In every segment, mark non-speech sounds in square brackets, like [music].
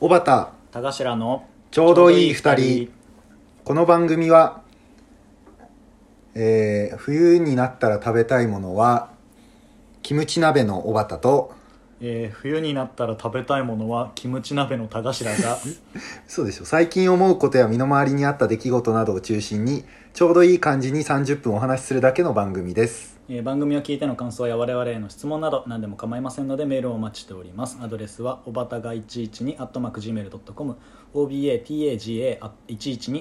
小畑田頭のちょうどいい二人この番組は、えー冬になったら食べたいものはキムチ鍋の小畑とえー冬になったら食べたいものはキムチ鍋の田頭がそうでしょ最近思うことや身の回りにあった出来事などを中心にちょうどいい感じに30分お話しするだけの番組です [laughs] えー番組を聞いての感想や我々への質問など何でも構いませんのでメールをお待ちしておりますアドレスはおばたが112 gmail.com obatagaga112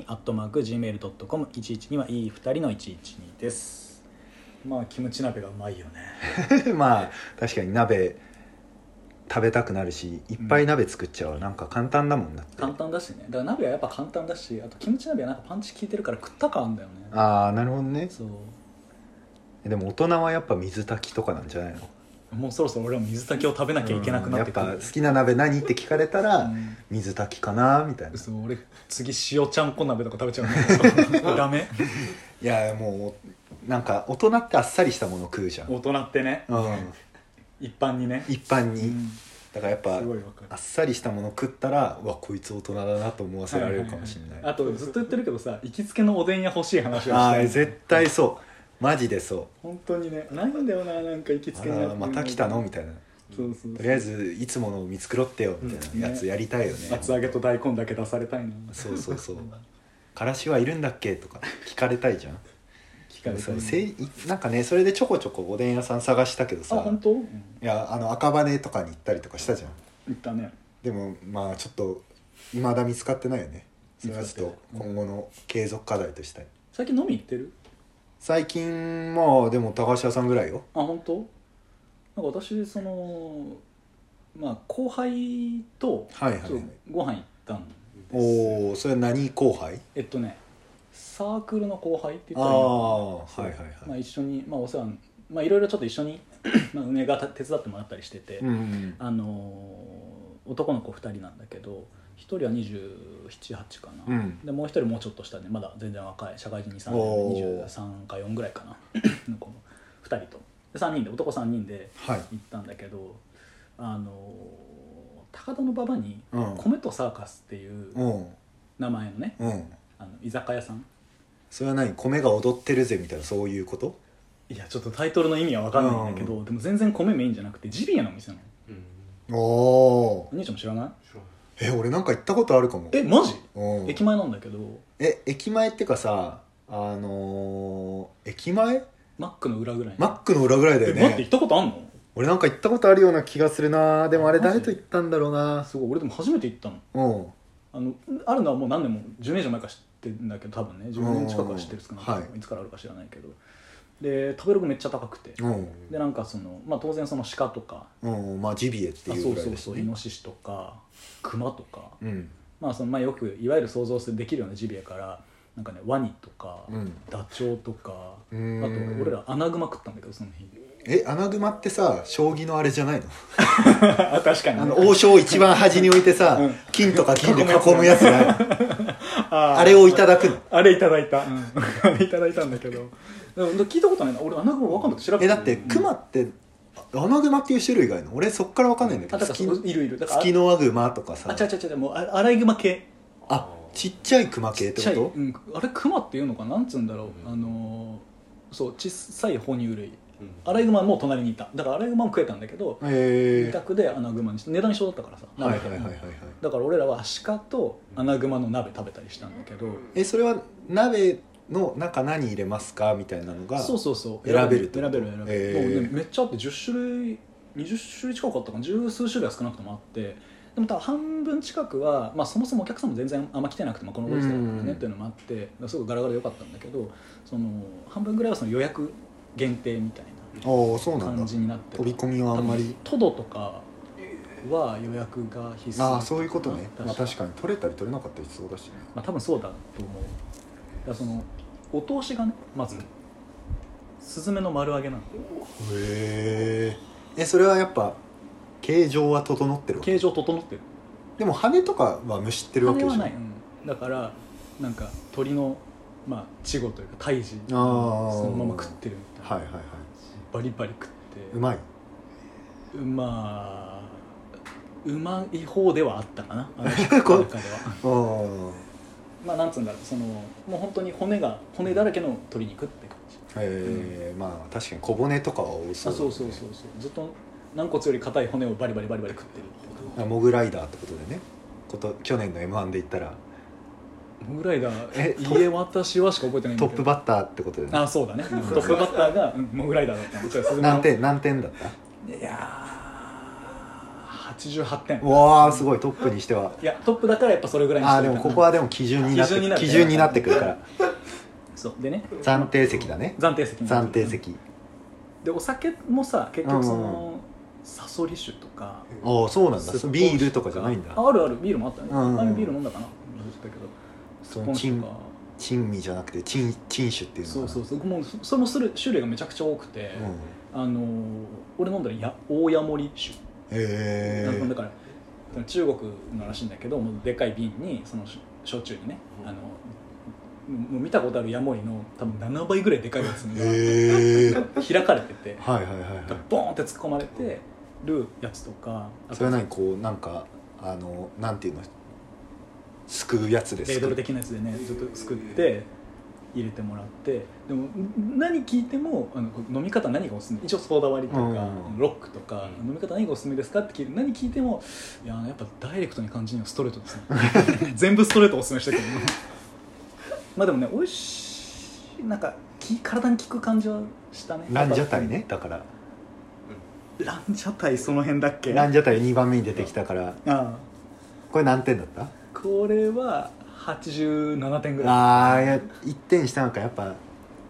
gmail.com 112はいい二人の112ですまあキムチ鍋がうまいよねまあ確かに鍋食べたくなるしいっぱい鍋作っちゃうわなんか簡単だもんなって簡単だしねだから鍋はやっぱ簡単だしあとキムチ鍋はなんかパンチ効いてるから食った感あんだよねああなるほどねそうでも大人はやっぱ水炊きとかなんじゃないのもうそろそろ俺は水炊きを食べなきゃいけなくなってくうる、んやっぱ好きな鍋何って聞かれたら、水炊きかなみたいなそう俺次塩ちゃんこ鍋とか食べちゃうのダメいやもうなんか大人ってあっさりしたもの食うじゃん、うん、大人ってね一般にね一般に、うんだからやっぱすごいわかるあっさりしたもの食ったらうわこいつ大人だなと思わせられるかもしれない,、あとずっと言ってるけどさ行きつけのおでん屋欲しい話をあしたあいー絶対そうマジでそ本当にねないんだよななんか行きうつあけにらまた来たのみたいなそうそうとりあえずいつものを見繕ってよみたいなやつやりたいよね、厚揚げと大根だけ出されたいなそうそうそうからしはいるんだっけとか聞かれたいじゃん機で械もでさせいなんかねそれでちょこちょこおでん屋さん探したけどあさ本当、うんいやあの赤羽とかに行ったりとかしたじゃん行ったねでもまあちょっといまだ見つかってないよねそれはちょっと今後の継続課題としたい最近飲み行ってる最近まあでも高橋さんぐらいよあ本当なんか私そのまあ後輩とはいはいはいちょっとご飯行ったんですよおおそれは何後輩えっとねサークルの後輩ってあ言ったらいいあのはいはいまはあ、い一緒に、まあ、お世話にまあいろいろちょっと一緒に [clears throat] まあ梅が手伝ってもらったりしてて、うんあのー男の子2人なんだけど1人は278かな、うんでもう1人もうちょっと下でまだ全然若い社会人23お年ー23か4ぐらいかな [clears throat] の子の2人とで3人で男3人ではい行ったんだけどあのー高田の馬場にうん米とサーカスっていううん名前のね、うんあの居酒屋さんそれは何米が踊ってるぜみたいなそういうこといやちょっとタイトルの意味は分かんないんだけど、でも全然米メインじゃなくてジビエの店なのうんおおお兄ちゃんも知らないそうえ俺なんか行ったことあるかもえマジうん駅前なんだけどえ駅前ってかさあのー駅前マックの裏ぐらいマックの裏ぐらいだよえ待って行ねったことあんの俺なんか行ったことあるような気がするなでもあれマジ誰と行ったんだろうなすごい俺でも初めて行ったのうんあのあるのはもう何年も10年以上前から知ってるんだけど多分ね10年近くは知ってる少なくとも、はいい、つからあるか知らないけどで食べログめっちゃ高くてうんでなんかその、まあ、当然その鹿とかうんまあジビエってあいうそうぐらいそでうすそうイねノシシとか熊とか、うんまあそのまあ、よくいわゆる想像するできるようなジビエからなんかねワニとか、うんダチョウとかうあーとん俺らアナグマ食ったんだけどその [laughs] 日えアナグマってさ将棋のあれじゃないのあ確かにね、あの王将を一番端に置いてさ、うん金とか銀で囲むやつないのああれをいただくのあれいただいた、あれいただいたん [laughs] だけどでも聞いたことないな俺アナグマ分かんなくて調べえただってクマってアナグマっていう種類がいるの俺そっからわかんないんだあけどだから月そういるいるだから月のワグマとかさあ違う違う違うもうあアライグマ系あちっちゃいクマ系ってちっちゃい、こうん、あれクマっていうのかなんつうんだろう、うんあのーそう小さい哺乳類うんアライグマもう隣にいただからアライグマも食えたんだけどとへ二択でアナグマにして値段一緒だったからさえはいはいはいはいはいだから俺らは鹿とアナグマの鍋食べたりしたんだけど、えそれは鍋の中何入れますかみたいなのがそうそうそう選べるってこと選べる選べる、へーもうねめっちゃあって10種類20種類近くあったかな十数種類は少なくともあってでも多分半分近くは、まあ、そもそもお客さんも全然あんま来てなくて、まあ、このご時世だからうんねっていうのもあってすごいガラガラ良かったんだけどその半分ぐらいはその予約限定みたいああそうななん感だじになって飛び込みはあんまり多分トドとかは予約が必須ああそういうことね、まあ、確か確かに取れたり取れなかったりしそうだしねまあ、多分そうだと思うだからそのお通しがねまず、スズメの丸揚げなのへえそれはやっぱ形状は整ってるわけ形状整ってるでも羽とかはむしってるわけ羽でしょはない、だからなんか鳥のまあ稚魚というか胎児あそーのまま食ってるみたいな、はいはいはいバリバリ食うっまいてまあううまい方ではあったか [laughs] なあのこう中ではおーまあなんつうんだろうそのもう本当に骨が骨だらけの鶏肉って感じえーまあ確かに小骨とかは多そうあそうそうそうそうずっと軟骨より硬い骨をバリバリバリバリ食ってるあモグライダーってことでねこと去年の m 1で言ったらぐらいがえトッ家私はしか覚えてないんだトけッどプバッターってことでねあそうだねトップバッターがうんモグライダーだったんですよ鈴何点何点だっいやー88点たわあすごいトップにしてはいやトップだからやっぱそれぐらいにしあとあでいたもここはでも基準になって基準になって基準になってくるからそうでね暫定席だね暫定席になっ暫て定席でお酒もさ結うんう局んそのサソリ酒とかああそうなんだスッポン酒ビールとかじゃないんだああるあるビールもあったねうんうんうんあれビール飲んだかな忘れたけどそスッの珍ポン酒とか珍味じゃなくて珍珍酒っていうのかそなうそうそうもうそれもする種類がめちゃくちゃ多くて、うんあのー俺飲んだらや大山盛り酒へなんかだえからその中国のらしいんだけどもうでかい瓶にそのし焼酎にね、うんあのもう見たことあるヤモリの多分7倍ぐらいでかいやつがへえ開かれててはいはいはいはいボーンって突っ込まれてるやつとかあとそれは何こうなんかあのなんていうのすくうやつでレすードル的なやつでねずっと作って入れてもらってでもん何聞いてもあのこう飲み方何がおすすめ一応ソーダ割りとか、うんロックとか、飲み方何がおすすめですかって聞いて何聞いてもいややっぱダイレクトに感じるのはストレートですね [laughs] 全部ストレートおすすめしたけどまあでもね美味しいなんかき体に効く感じはしたねランジャタイねだからランジャタイその辺だっけランジャタイ2番目に出てきたからああこれ何点だったこれは87点ぐらいああいや1点したのかやっぱ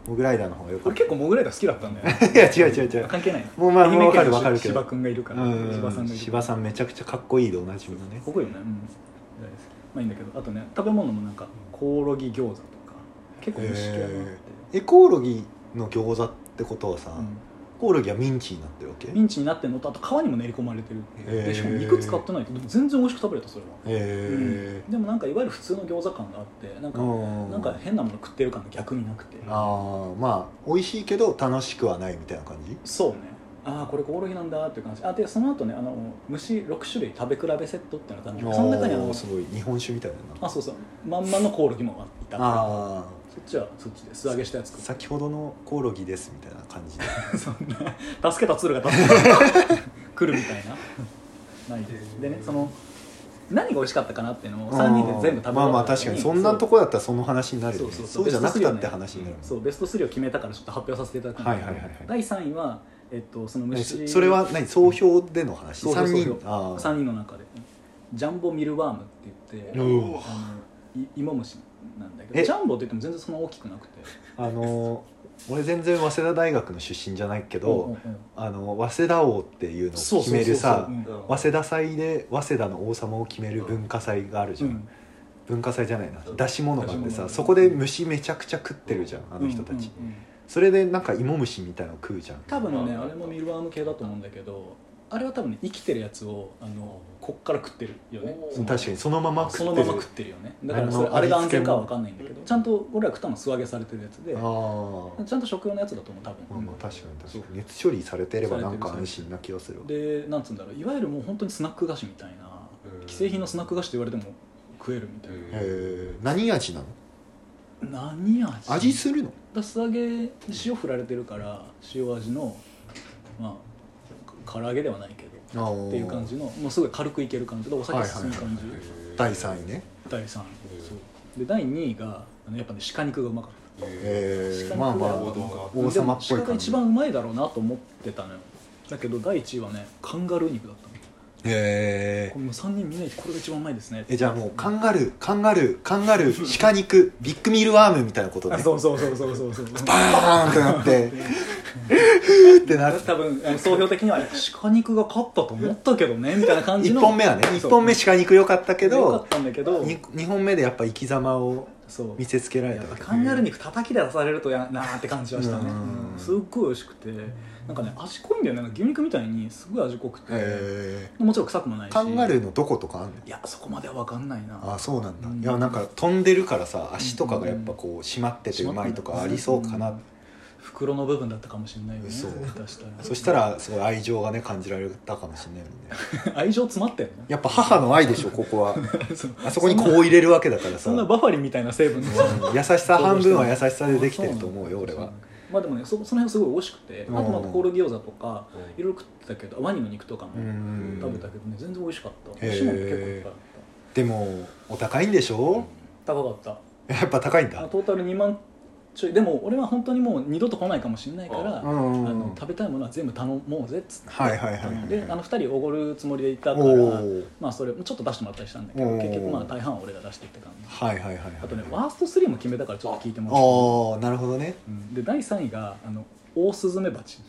モグライダーの方がよかっ俺結構モグライダー好きだったんだよねたいや違う違う違う関係ないもうまあもう分かる愛媛県の分かるけ芝ど君がいるからうん芝さんがいる芝さんめちゃくちゃかっこいいでおなじみのねここよねうん大好きまあいいんだけどあとね食べ物もなんかコオロギ餃子とか結構美味しい系があって、えコオロギの餃子ってことはさ、うコオロギはミンチになってるわけん、ミンチになってるのとあと皮にも練り込まれてるへーでしかも肉使ってないけど全然美味しく食べれたそれは、えうんでもなんかいわゆる普通の餃子感があってなんーか、なんか変なもの食ってる感が逆になくてああまあ美味しいけど楽しくはないみたいな感じそうねああこれコオロギなんだっていう感じあでその後ねあの虫6種類食べ比べセットっていうのがあったのその中にあおーのすごい日本酒みたいだなあそうそうまんまのコオロギもいたああそっちはそっちで素揚げした [laughs] やつ食っ先ほどのコオロギですみたいな感じでたそんな助けた鶴が助けた [laughs] 来るみたいなないですでねその何が美味しかったかなっていうのを3人で全部食べ終わった後まあまあ確かにそんなとこだったらその話になるよねそそううそうそうじゃなくたってベスト話に3なるもんそうベスト3を決めたからちょっと発表させていただくんだけどはいはいはいはい第3位は、えっと、そのえ虫そそれは何総評での話総3評総人評あー3人の中でジャンボミルワームって言ってうおあのい芋虫なんだけどえジャンボって言っても全然そんな大きくなくてあのー俺全然早稲田大学の出身じゃないけど、んんんあの早稲田王っていうのそをう決そうめそうるそうさうん早稲田祭で早稲田の王様を決める文化祭があるじゃん、うん文化祭じゃないな出し物があって出しさ物そこで虫めちゃくちゃ食ってるじゃんあの人たち、うんうんうんそれでなんか芋虫みたいの食うじゃん多分ねあれもミルワーム系だと思うんだけどあれは多分ね生きてるやつをあのこっから食ってるよねおーその確かにそのまま食ってそるのまま食ってるよねだからそれ何のあれが安味付全けかもは分かんないんだけどちゃんと俺ら食ったのは素揚げされてるやつであちゃんと食用のやつだと思う多あ、ま分、あまあ確かに確そうかに熱処理されてればなんか安心な気がするわでなんつうんだろういわゆるもう本当にスナック菓子みたいな既製品のスナック菓子と言われても食えるみたいな、へへえ何味なの何味味するのだ素揚げ塩振られてるから塩味のまあ唐揚げではないけどあーっていう感じのもうすごい軽くいける感じでお酒進む感じ、第3位ね第3位そうで第2位があのやっぱね鹿肉がうまかったええ鹿肉まあまがあうまかった王様っぽいでも鹿が感じ一番うまいだろうなと思ってたのよだけど第1位はねカンガルー肉だったのへこれもう3人みんなでこれが一番うまいですねってえじゃあもうカンガルーカンガルーカンガル [laughs] ー鹿肉ビッグミルワームみたいなことあねそうそうそうそうそ [laughs] うそうバーンってなってふーってな [laughs] って多分あの総評的には鹿肉が勝ったと思ったけどねみたいな感じ1の本目はね1本目鹿肉良かったけよかっどたんだけど 2, 本目でやっぱ生き様をそう見せつけられやたっぱわけカンガルー肉叩きで出されるとや [laughs] なーって感じはしたねうんうんすっごい美味しくてなんかね味濃いんだよねなんか牛肉みたいにすごい味濃くて、へもちろん臭くもないーしカンガルーのどことかあんのいやそこまでは分かんないなああそうなんだ、うんいやなんか飛んでるからさ足とかがやっぱこう締まっててうまいとかありそうかな、うん袋の部分だったかもしれないよねそう下手したらそしたらすごい愛情がね感じられたかもしれないよね愛情詰まったよねやっぱ母の愛でし [laughs] ょここはそうあそこにこんうな入れるわけだからそさんなバファリンみたいな成分がうん優しさ半分は優しさでできてると思うよ俺はまあでもねそその辺すごい美味しくてあとうんまあコール餃子とかいろいろ食ってたけどワニの肉とかもうん食べたけどね全然美味しかったへー美味しいもん結構いっぱいあっでもお高いんでしょた高かっやっぱ高いんただトータル2万ちょいでも俺は本当にもう二度と来ないかもしれないからうあんうんうんの食べたいものは全部頼もうぜっつってはいはいはいはい頼んであの2人おごるつもりでいたおからおまあそれちょっと出してもらったりしたんだけどおー結局まあ大半は俺が出してって感じはいはいはいはいあとねワースト3も決めたからちょっと聞いてもらってああなるほどねうんで第3位があのオオスズメバチ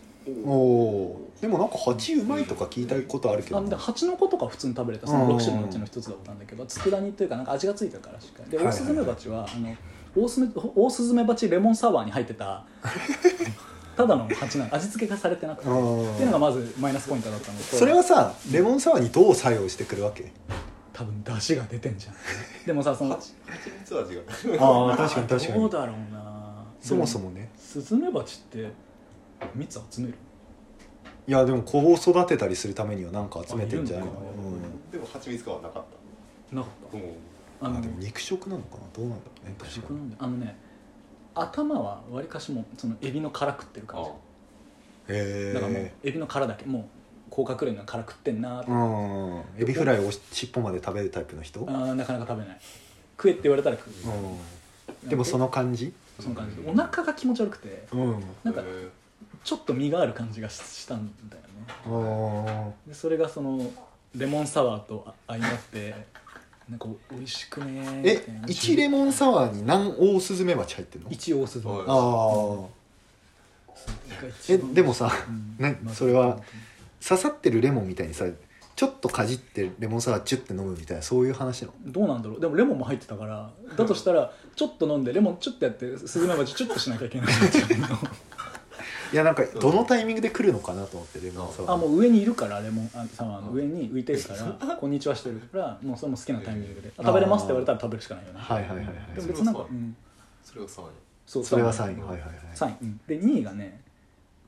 おおーでもなんか蜂うまいとか聞いたことあるけどあで蜂の子とかは普通に食べれたそうんの6種類のうちの一つだったんだけど佃煮というかなんか味がついたからしっかりではいはオオいスズメバチはあのオオスメオオスズメバチレモンサワーに入っ [laughs] てたただの蜂なの味付けがされてなくてうっんていうのがまずマイナスポイントだったのとそれはさレモンサワーにどう作用してくるわけ多分出汁が出て [laughs] んじゃんでもさその蜂蜜味がああ確かに確かどうにだろうなそもそももねスズメバチって蜜集めるいやでも子を育てたりするためには何か集めてんじゃないのあいるのかでも蜂蜜感はなかっ、なかったうん、たうあんのあでも肉食なのかなどうなんだろうね肉食なんだあのね頭はわりかしもうそのエビの殻食ってる感じへだからもうえエビの殻だけもう甲殻類の殻食ってんなーってうんエビフライを尻尾まで食べるタイプの人あーなかなか食べない食えって言われたら食うでもその感じその感じでお腹が気持ち悪くてうんなんかへーちょっと身がある感じがししたんだよねあでそれがそのレモンサワーとあ相まって [laughs] なんか美味しくねーえ一レモンサワーに何オオスズメバチ入ってるの一オスズメはいああ一え番でもさうんねまずそれは刺さってるレモンみたいにさちょっとかじってレモンサワーチュッて飲むみたいなそういう話なのどうなんだろうでもレモンも入ってたからだとしたらちょっと飲んでレモンちょっとやってスズメバチちょっとしなきゃい [laughs] けないいやなんかどのタイミングで来るのかなと思ってレモンサワーあもう上にいるからレモンあサワーの上に浮いてる [laughs] から「こんにちは」してるからもうそれも好きなタイミングであ食べれますって言われたら食べるしかないよねはいはいはいはいでも別になんか、それはそううんそそれが3位うそれはサ三位インはいはいはい三位うんで2位がね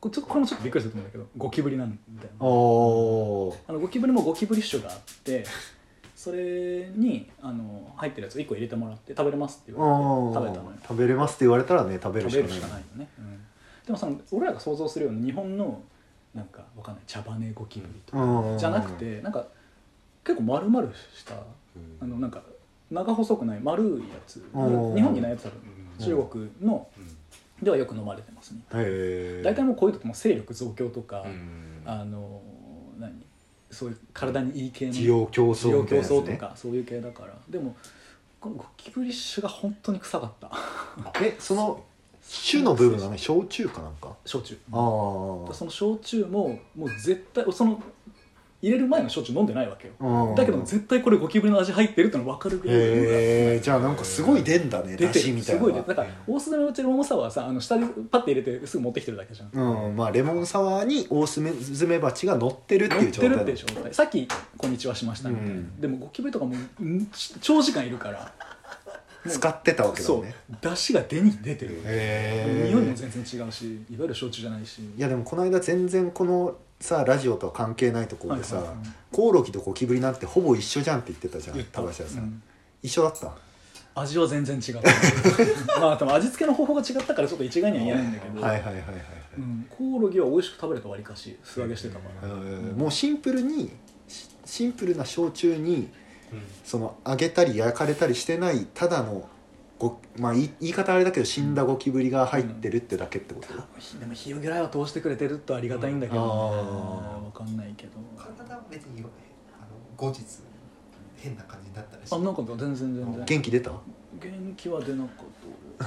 これちょっとこれもちょっとびっくりすると思うんだけどゴキブリなんだよねおおあのゴキブリもゴキブリ種があってそれにあの入ってるやつ1個入れてもらって食べれますって言われて食べたのよ食べれますって言われたらね食べる食しべかなるいしかないよね、うんでもその俺らが想像するような日本のなんかわかんない茶羽ゴキブリとかうんじゃなくてなんか結構丸々したあのなんか長細くない丸いやつ日うん本にないやつあるうん中国のではよく飲まれてますねへえ大体もうこういう時も勢力増強とか、ああの何そういう体にいい系の需要競争需要みたいな競やつね争とかそういう系だからでもこのゴキブリ種が本当に臭かったえその種の部分はね焼酎かなんか焼酎ああその焼酎ももう絶対その入れる前の焼酎飲んでないわけようんだけど絶対これゴキブリの味入ってるっての分かるぐらいへえじゃあなんかすごい出んだね出出て汁るみたいすなごいねだから大須のうちの重さはさあの下でパッて入れてすぐ持ってきてるだけじゃんうんまあレモンサワーにオオスズメバチが乗ってるって乗いっう状て態るなのっていう状態さっき「こんにちは」しましたみたいな、うんでもゴキブリとかもうんち長時間いるから使ってたわけだそうね出汁が出に出てるよねへえ匂いも全然違うしいわゆる焼酎じゃないしいやでもこの間全然このさラジオとは関係ないところでさ、はいはいはいコオロギとゴキブリなんてほぼ一緒じゃんって言ってたじゃん言った高橋さん、うん一緒だった味は全然違う [laughs] まあでも味付けの方法が違ったからちょっと一概には言えないんだけど、はいはいはいはい、うん、コオロギは美味しく食べれたわりかし素揚げしてたから、うんもうシンプルにシシンプルな焼酎にその揚げたり焼かれたりしてないただのごまあい言い方あれだけど死んだゴキブリが入ってるってだけってこと、でも日ぐらいは通してくれてるとありがたいんだけど、ねあーわかんないけど体は別によあの後日変な感じになったらしいあなんか全然全然元気出た元気は出なかった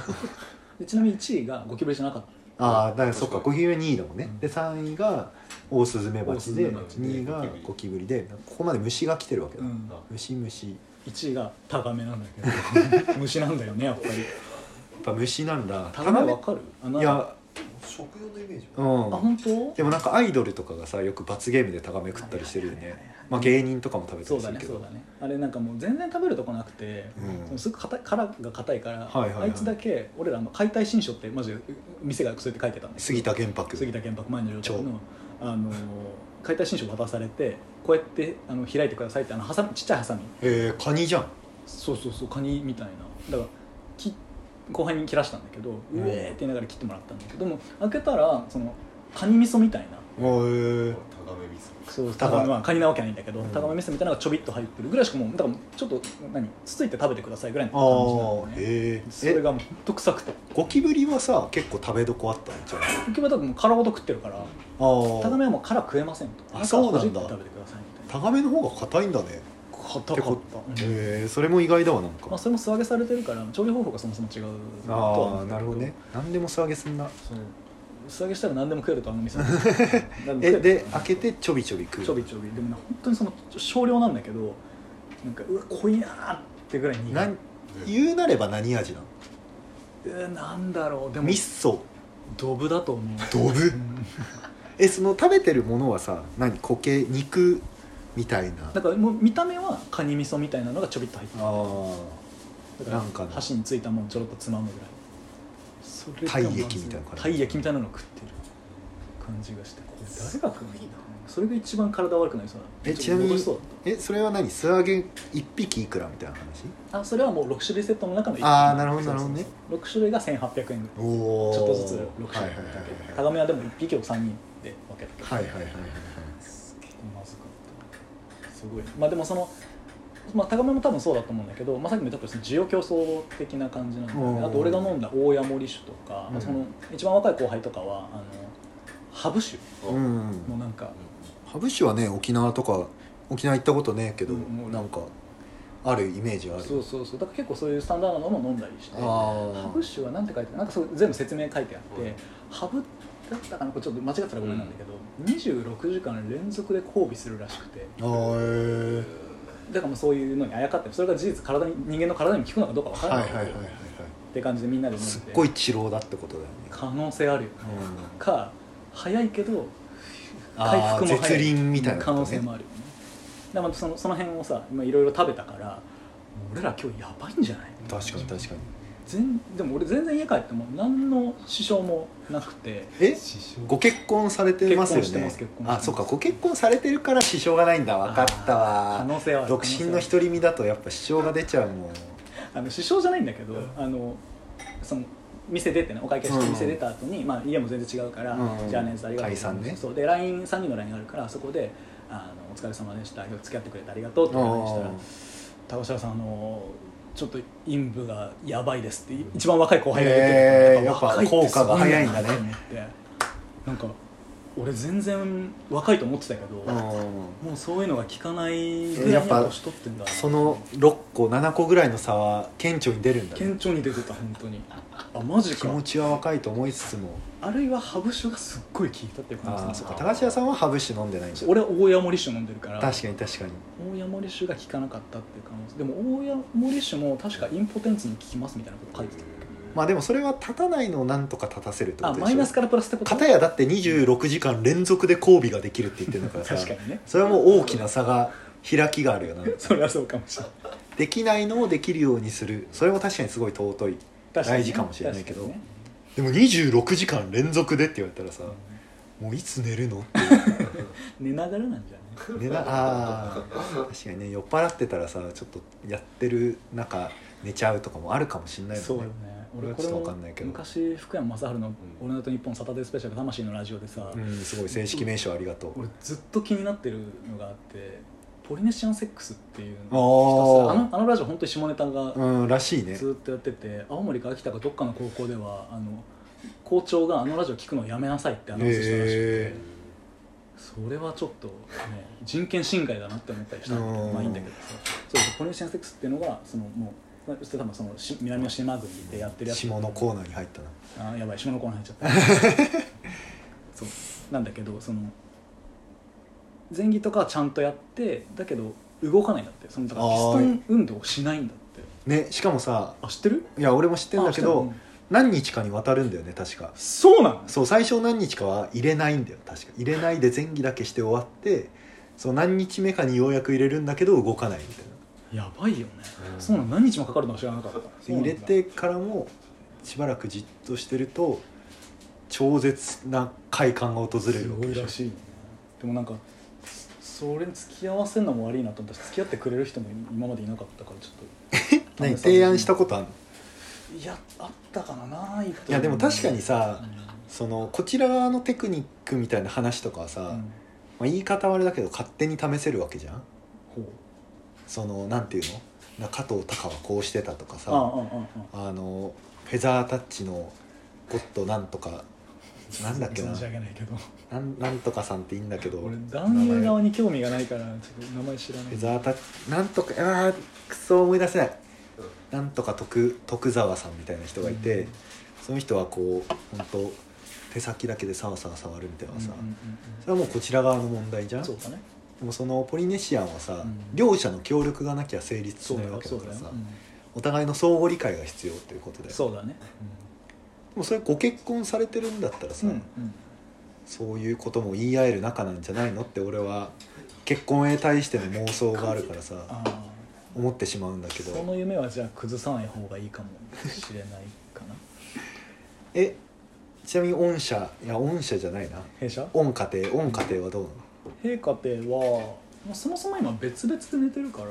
俺でちなみに1位がゴキブリじゃなかったああだからそっか確かゴキブリは2位だもんね、うんで3位がオオスズメバチオオでスズメバチで2位がゴキブリでここまで虫が来てるわけだ、うん虫虫や1位がタガメなんだ [laughs] けど虫なんだよねやっぱりっぱ虫なんだタガメわかるあタガのメいや食用のイメージはあうん本当でもなんかアイドルとかがさよく罰ゲームで高め食ったりしてるよはいはいはいねはいまあ芸人とかも食べたそりうすだるねけそうどだねあれなんかもう全然食べるとこなくて、うんそのすぐ硬い殻が硬いから、はいはいはいあいつだけ俺らあの解体新書ってマジで店がそうやって書いてたんです杉田玄白杉田玄白前の状態超のあの解体新書渡されてこうやってあの開いてくださいってあのハサミちっちゃいハサミえー、カニじゃんそうそうそうカニみたいなだからき後輩に切らしたんだけどうえんーって言いながら切ってもらったんだけども開けたらそのカニ味噌みたいなあーえー高め味噌そう高高めまあカニなわけはないんだけど、うん高め味噌みたいなのがちょびっと入ってるぐらいしかもうだからもうちょっと何つついて食べてくださいぐらいあのー感じなのねへそれええがもうほんと臭くてゴキブリはさ結構食べどこあったんじゃんあ浮き輪だともう殻ごと食ってるからあ高めはもう殻食えませんとあそうなんだ中ほじって食べてくださいみたいな高めの方が硬いんだね硬かった、うんへえそれも意外だわなんかまあ、それも素揚げされてるから調理方法がそもそも違うとは思うんだああけなるほどね何でも素揚げすんなそう素揚げしたら何でも食えるとあの [laughs] 店えで何も食える開けてちょびちょび食うちょびちょびでもな本当にその少量なんだけどなんかうわ濃いなーってぐらい苦いなん言うなれば何味なのえーなんだろうでも味噌ドブだと思うドブうんえその食べてるものはさ何固形肉みたいなだからもう見た目はカニ味噌みたいなのがちょびっと入ってるあだからなんかね箸についたもんちょろっとつまむぐらいそれが体液みたいなま感ずじ体液みたいなのを食ってる感じがしてこれ誰が食うのそれが一番体悪くなりそうだえちなみ戻にしそうえそれは何素揚げ1匹いくらみたいな話だあそれはもう6種類セットの中の一品あーなるほどなるほどねそうそうそう6種類が1800円ぐらいおちょっとずつ6はい種はいはいは類い高めはでも1匹を3人で分けたけどはいはいはいはいまずかったすごいまあでもその、まあ、高めも多分そうだと思うんだけど、まあ、さっきも言ったけど需要競争的な感じなんだようねんあと俺が飲んだ大谷森酒とか、うんその一番若い後輩とかはあのハブ酒ううんのんなんか羽生市はね沖縄とか沖縄行ったことねえけど、うんもうなんかあるイメージはあるそうそうそうだから結構そういうスタンダードなのも飲んだりしてあハブー酒はなんて書いてあるなんかそう全部説明書いてあって、うんハブだったかなこれちょっと間違ってたらごめんなんだけど、26時間連続で交尾するらしくてあーへえだからもうそういうのにあやかってそれが事実体に人間の体に効くのかどうか分かはいらはなはいいいはいはいって感じでみんなで飲んですっごい治療だってことだよね可能性あるようんか早いけど回あ復ーも早い絶倫みたいな可ことね能性もあるよねだからそのその辺をさ今いろいろ食べたからもう俺ら今日やばいんじゃない確かに確かに全でも俺全然家帰っても何の支障もなくてえ師匠ご結婚されてますよ結婚してねます結婚してまあすそうかご結婚されてるから支障がないんだ分かった可わ能性はある独身の独り身だとやっぱ支障が出ちゃうもんあの支障じゃないんだけど、あのその店出てねお会計してうん店出た後に、まあ家も全然違うから、うんじゃあねありがとうござい解散ます、ねそうで LINE3 人の LINE があるからそこであの「お疲れ様でした今日付き合ってくれてありがとう」って話したら「高島さんあのちょっと陰部がやばいです」って一番若い後輩が言ってへーるからやっぱ若いって効果が早いんだねすごなと思ってなんか俺全然若いと思ってたけど、うんもうそういうのが効かないぐやらいっにぱ年取ってんだなその6個7個ぐらいの差は顕著に出るんだね顕著に出てた本当にあマジ気か持ちは若いと思いつつもあるいはハブ酒がすっごい効いたっていう感じあなあんそだうか高橋屋さんはハブ酒飲んでないんだ俺は大谷森酒飲んでるから確かに確かに大谷森酒が効かなかったっていう可能性でも大谷森酒も確かインポテンツに効きますみたいなこと書いてたんだけどまあでもそれは立たないのをなんとか立たせるってこあとでしょマイナスからプラスってこと片やだって26時間連続で交尾ができるって言ってるんだからさ確かにねそれはもう大きな差が開きがあるよなそれはそうかもしれないできないのをできるようにするそれも確かにすごい尊い確にね大事かもしれないけど確かにねでも26時間連続でって言われたらさもういつ寝るのって寝ながらなんじゃない寝なあー確かにね酔っ払ってたらさちょっとやってる中寝ちゃうとかもあるかもしれないそうもんよねね俺こちょれっとわもかんないけど昔福山雅治の「オールナイトニッポンサタデースペシャル魂」のラジオでさ、うんすごい正式名称ありがとう俺ずっと気になってるのがあってポリネシアンセックスっていうおーのあのあのラジオ本当に下ネタがうんらしいねずっとやってて青森か秋田かどっかの高校ではあの校長があのラジオ聞くのやめなさいってアナウンスしたらしくて、えそれはちょっとね人権侵害だなって思ったりしたんだけどうんまあいいんだけどさそうそうポリネシアンセックスっていうのがそのもうまあ多分そのし南の島国でやってるー、やつ下のコーナーに入ったなあやばい下のコーナー入っちゃった [laughs] そうなんだけどその前儀とかはちゃんとやってだけど動かないんだってそのだからあピーストン運動をしないんだってねしかもさあ知ってるいや俺も知ってんだけど、あ知っ何日かにわたるんだよね確かそうなのそう最初何日かは入れないんだよ確か入れないで前儀だけして終わってそう何日目かにようやく入れるんだけど動かないみたいなやばいよね、うんそうなの何日もかかるのは知らなかったで入れてからもしばらくじっとしてると超絶な快感が訪れするわごけいでしょらしいねでもなんかそそれに付き合わせるのも悪いなと思ったし付き合ってくれる人も今までいなかったからちょっ [laughs] と何提案したとことあるのいやあったかなないいやでも確かにさうそのこちら側のテクニックみたいな話とかはさ、ん、うんまあ、言い方はあれだけど勝手に試せるわけじゃんほうそのなんていうのな加藤鷹はこうしてたとかさああああああのフェザータッチのゴッドなんとかなんだっけな [laughs] 存じ上げないけどなんなんとかさんっていいんだけど俺男優名前側に興味がないからちょっと名前知らないフェザータッチなんとかあーくそ思い出せないなんとか徳徳沢さんみたいな人がいて、うんその人はこう本当手先だけでサワサワ触るみたいなさ、うんうんうんそれはもうこちら側の問題じゃうんんそうだねでもそのポリネシアンはさ、うん両者の協力がなきゃ成立しそうなだいわよけそだうからだよさ、うんお互いの相互理解が必要ということでそうだでねもそれご結婚されてるんだったらさ、うんうんそういうことも言い合える仲なんじゃないのって俺は結婚へ対しての妄想があるからさああ思ってしまうんだけそどの夢はじゃあ崩さない方がいいかもしれないかなえちなみに御社いや御社じゃないな弊社御家庭御家庭はどうなの陛下ってはもうそもそも今別々で寝てるから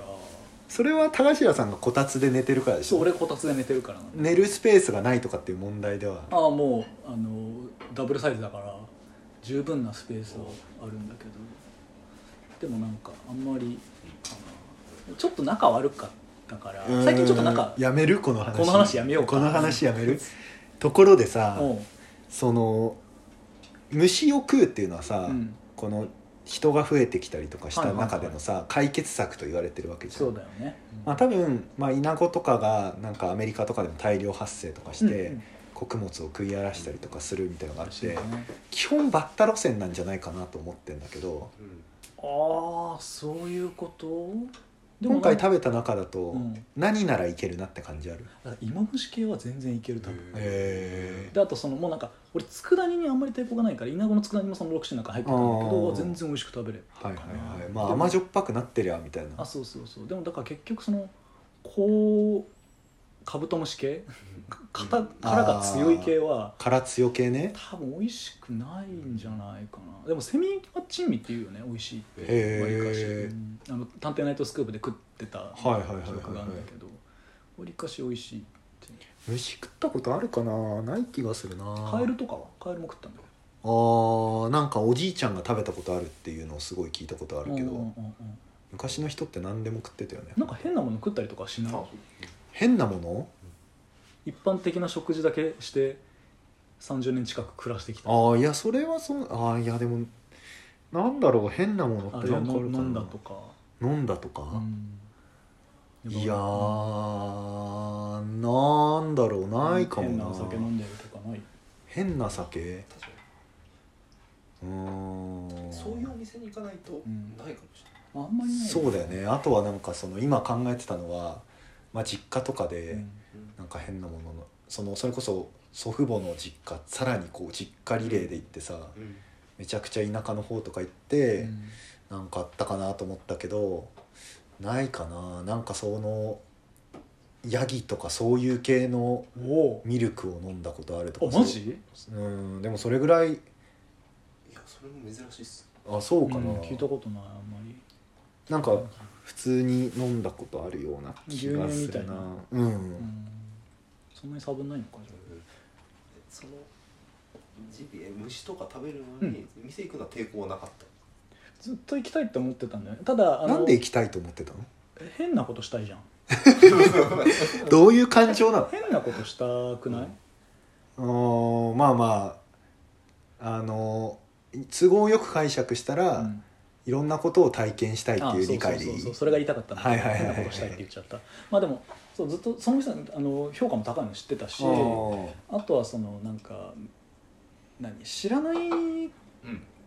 それは田頭さんがこたつで寝てるからでしそうょ俺こたつで寝てるからなんで寝るスペースがないとかっていう問題ではああもうあのダブルサイズだから十分なスペースはあるんだけどでもなんかあんまりかなちょっと仲悪かったから最近ちょっと仲うーんやめるこの話この話やめようかこの話やめるところでさおうその虫を食うっていうのはさ、うんこの人が増えてきたりとかしはたいはいはい中でのさ、解決策と言われてるわけじゃんそうだよねまあ、多分、まあ、イナゴとかがなんかアメリカとかでも大量発生とかして、うんうん穀物を食い荒らしたりとかするみたいなのがあって、そうだね基本バッタ路線なんじゃないかなと思ってんだけどああそういうことでも今回食べた中だと、うん何ならいけるなって感じあるなんか芋虫系は全然いける多分へであとそのもうなんか俺佃煮にあんまり抵抗がないからイナゴの佃煮もその6種の中入ってたんだけあどー全然美味しく食べれたかはいなはいはいまあでも甘じょっぱくなってりゃみたいあなそうそうそうでもだから結局そのこうカブトムシ系肩殻が強い系は辛強系ね多分美味しくないんじゃないかなでもセミは珍味っていうよね美味しいってへーわりかし、うんあの探偵ナイトスクープで食ってた記はいはいはいはいはい憶があるんだけどわりかし美味しいって虫食ったことあるかなない気がするなカエルとかはカエルも食ったんだけどあーなんかおじいちゃんが食べたことあるっていうのをすごい聞いたことあるけど、うんうんうんうん昔の人って何でも食ってたよねなんか変なもの食ったりとかしない変なもの一般的な食事だけして30年近く暮らしてきたあああいやそれはそのああいやでもなんだろう変なものってるいはなんかあ飲るかなんだとか、飲んだとか、うんいやーなんだろうないかもな変なお酒飲んでるとかない変な酒確かうーんにそういうお店に行かないとうんないかもしれないあんまりないそうだよねあとはなんかその今考えてたのは、まあ、実家とかで、うんなんか変なもののそのそれこそ祖父母の実家さらにこう実家リレーで行ってさ、めちゃくちゃ田舎の方とか行って、うんなんかあったかなと思ったけどないかななんかそのヤギとかそういう系のおミルクを飲んだことあるとおかあマジそううんでもそれぐらいいやそれも珍しいっすあそうかな、うん聞いたことないあんまりなんか普通に飲んだことあるような気が牛乳すみたいるななうん、うんそんなに差分ないのかじゃえそのジビエ虫とか食べるのに、店行くのは抵抗はなかったあずっと行きたいって思ってたんだよねただあのなんで行きたいと思ってたの変なことしたいじゃんどういう感情なの変なことしたくない、うーんまあまああの都合よく解釈したら、うんいろんなことを体験したいっていう理解でいあそうそうそうそいうそれが言いたかったんだはいはいはいはい変なことしたいって言っちゃったまあでもそうずっとその人のあの評価も高いの知ってたしあーあとはそのなんか何知らないうん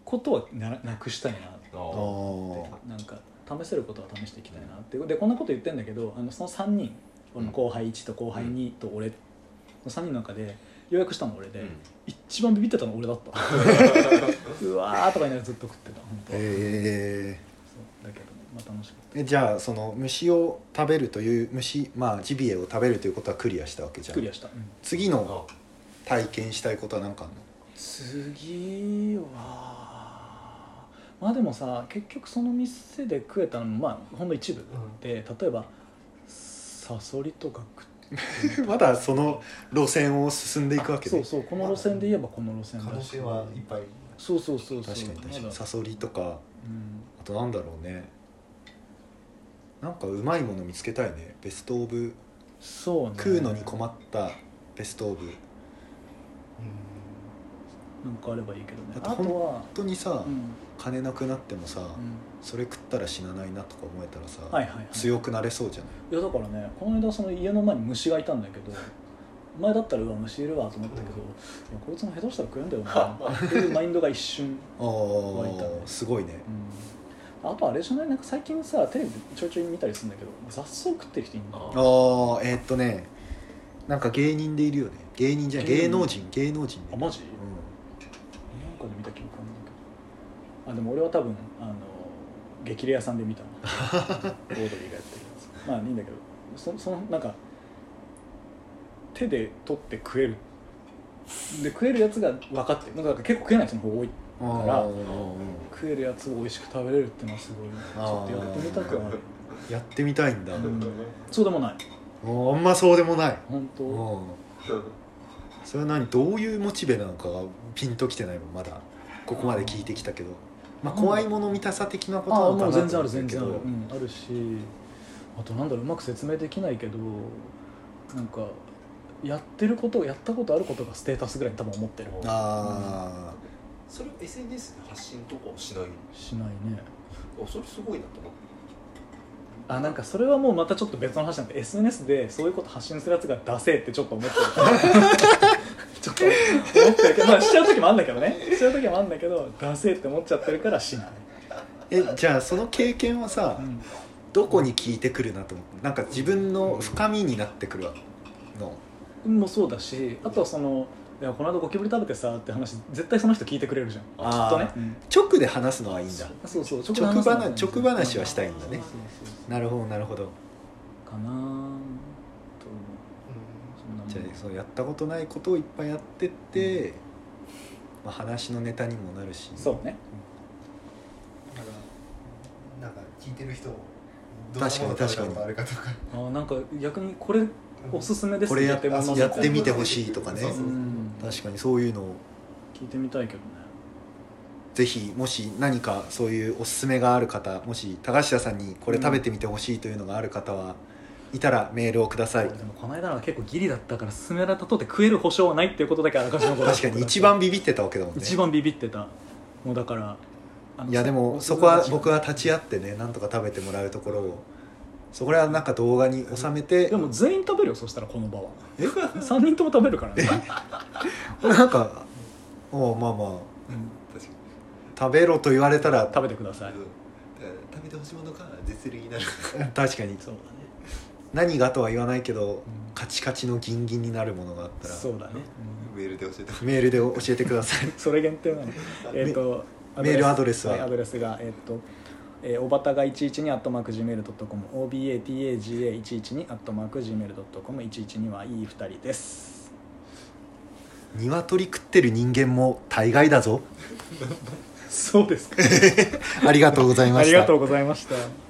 ことはななくしたいなってああーなんか試せることは試していきたいなってでこんなこと言ってんだけどあのその3人俺の後輩1と後輩2と俺3人の中で予約したの俺で、うん一番ビビってたの俺だったうわーとか言いながらずっと食ってた本当、えそうだけどねまあ楽しかったーえじゃあその虫を食べるという虫まあジビエを食べるということはクリアしたわけじゃクリんアした、次の体験したいことは何かあんの次はまあでもさ結局その店で食えたのもまあほんの一部で、例えばサソリとか食ってまだその [laughs] 路線を進んでいくわけそでうそうこの路線で言えばこの路線可だ能し性はいっぱいそうそうそうそう確かに確かまにだサソリとかうんあとなんだろうねなんかうまいもの見つけたいねベストオブそうね食うのに困ったベストオブなんかあればいいけどねああとほとんは本当にさ、うん金なくなってもさ、うんそれ食ったら死なないなとか思えたらさ、はいはいはい強くなれそうじゃないいやだからねこの間その家の前に虫がいたんだけど前だったらうわ虫いるわと思ったけど、うんいやこいつも下手したら食えんだよなっていうマインドが一瞬、あいたねーすごいねうん、あとあれじゃないなんか最近さテレビちょいちょい見たりするんだけど雑草食ってる人いるんだああーえーっとねなんか芸人でいるよね芸人じゃない芸芸人能人芸能人ねあマジ、うなんかで見た記憶あるんだけどあでも俺は多分あの激レアさんで見たなオードリーがやってるやつまあいいんだけどそそのなんか手で取って食えるで食えるやつが分かってるなんか結構食えない人の方が多いんあだからーうん食えるやつを美味しく食べれるってのはすごいちあーょっとやってみたくはあるやってみたいんだ、うんそうでもないもうあんまそうでもない、本当うんそれは何どういうモチベなのかがピンときてないもんまだここまで聞いてきたけど、まあ、うん怖いもの見たさ的なことなああのかもなう全然あると思全うけ然あどる、うん、あるしあとなんだろううまく説明できないけどなんかやってることやったことあることがステータスぐらいに多分思ってるあそれを SNS で発信とかをしないしないねあそれすごいなと思っあなんかそれはもうまたちょっと別の話なんで SNS でそういうこと発信するやつがダセーってちょっと思 [laughs] ってるちょっと思ってるけどまあしちゃう時もあんだけどねしちゃう時もあんだけどダセーって思っちゃってるからしない、ーえじゃあその経験はさ、どこに効いてくるなと思ってなんか自分の深みになってくるのうん、もそうだしあとはそのいやこの間ゴキブリ食べてさって話絶対その人聞いてくれるじゃんきあっとね、うん直で話すのはいいんだそうそう直直話直話はしたいんだそうねそうそうなるほどなるほどかなぁと思うそんなもんじゃあそうやったことないことをいっぱいやってって、まあ、話のネタにもなるしそうねなんか聞いてる人確かに確かにどんなもの食べたことあるかとかあーなんか逆にこれおすすめですこれやものやってみてほしいとかねそうそうそううん確かにそういうのを聞いてみたいけどねぜひもし何かそういうおすすめがある方もし高橋さんにこれ食べてみてほしいというのがある方はいたらメールをくださいこれでもこの間のは結構ギリだったから勧められたとって食える保証はないっていうことだけあらかじめご了承確かに一番ビビってたわけだもんね一番ビビってたもうだからあのいやでもそこは僕は立ち会ってねなんとか食べてもらうところをそこらなんか動画に収めてでも全員食べるよそしたらこの場はえ3人とも食べるか [laughs] らね、なんかおうまあまうんた確かあ食べろと言われたら食べてくださいに、うん、食べてほしいものが絶倫になる確かにそうだね何がとは言わないけどうんカチカチのギンギンになるものがあったらそうだね、メールで教えてメールで教えてください [laughs] それ限定なのえっとメメールアドレスははいアドレスがえっとえー、おばたが112アットマーク Gmail.com OBATAGA112 アットマーク Gmail.com112 はいい2人です鶏食ってる人間も大概だぞそうですかありがとうございま [laughs] あしりたがとうございました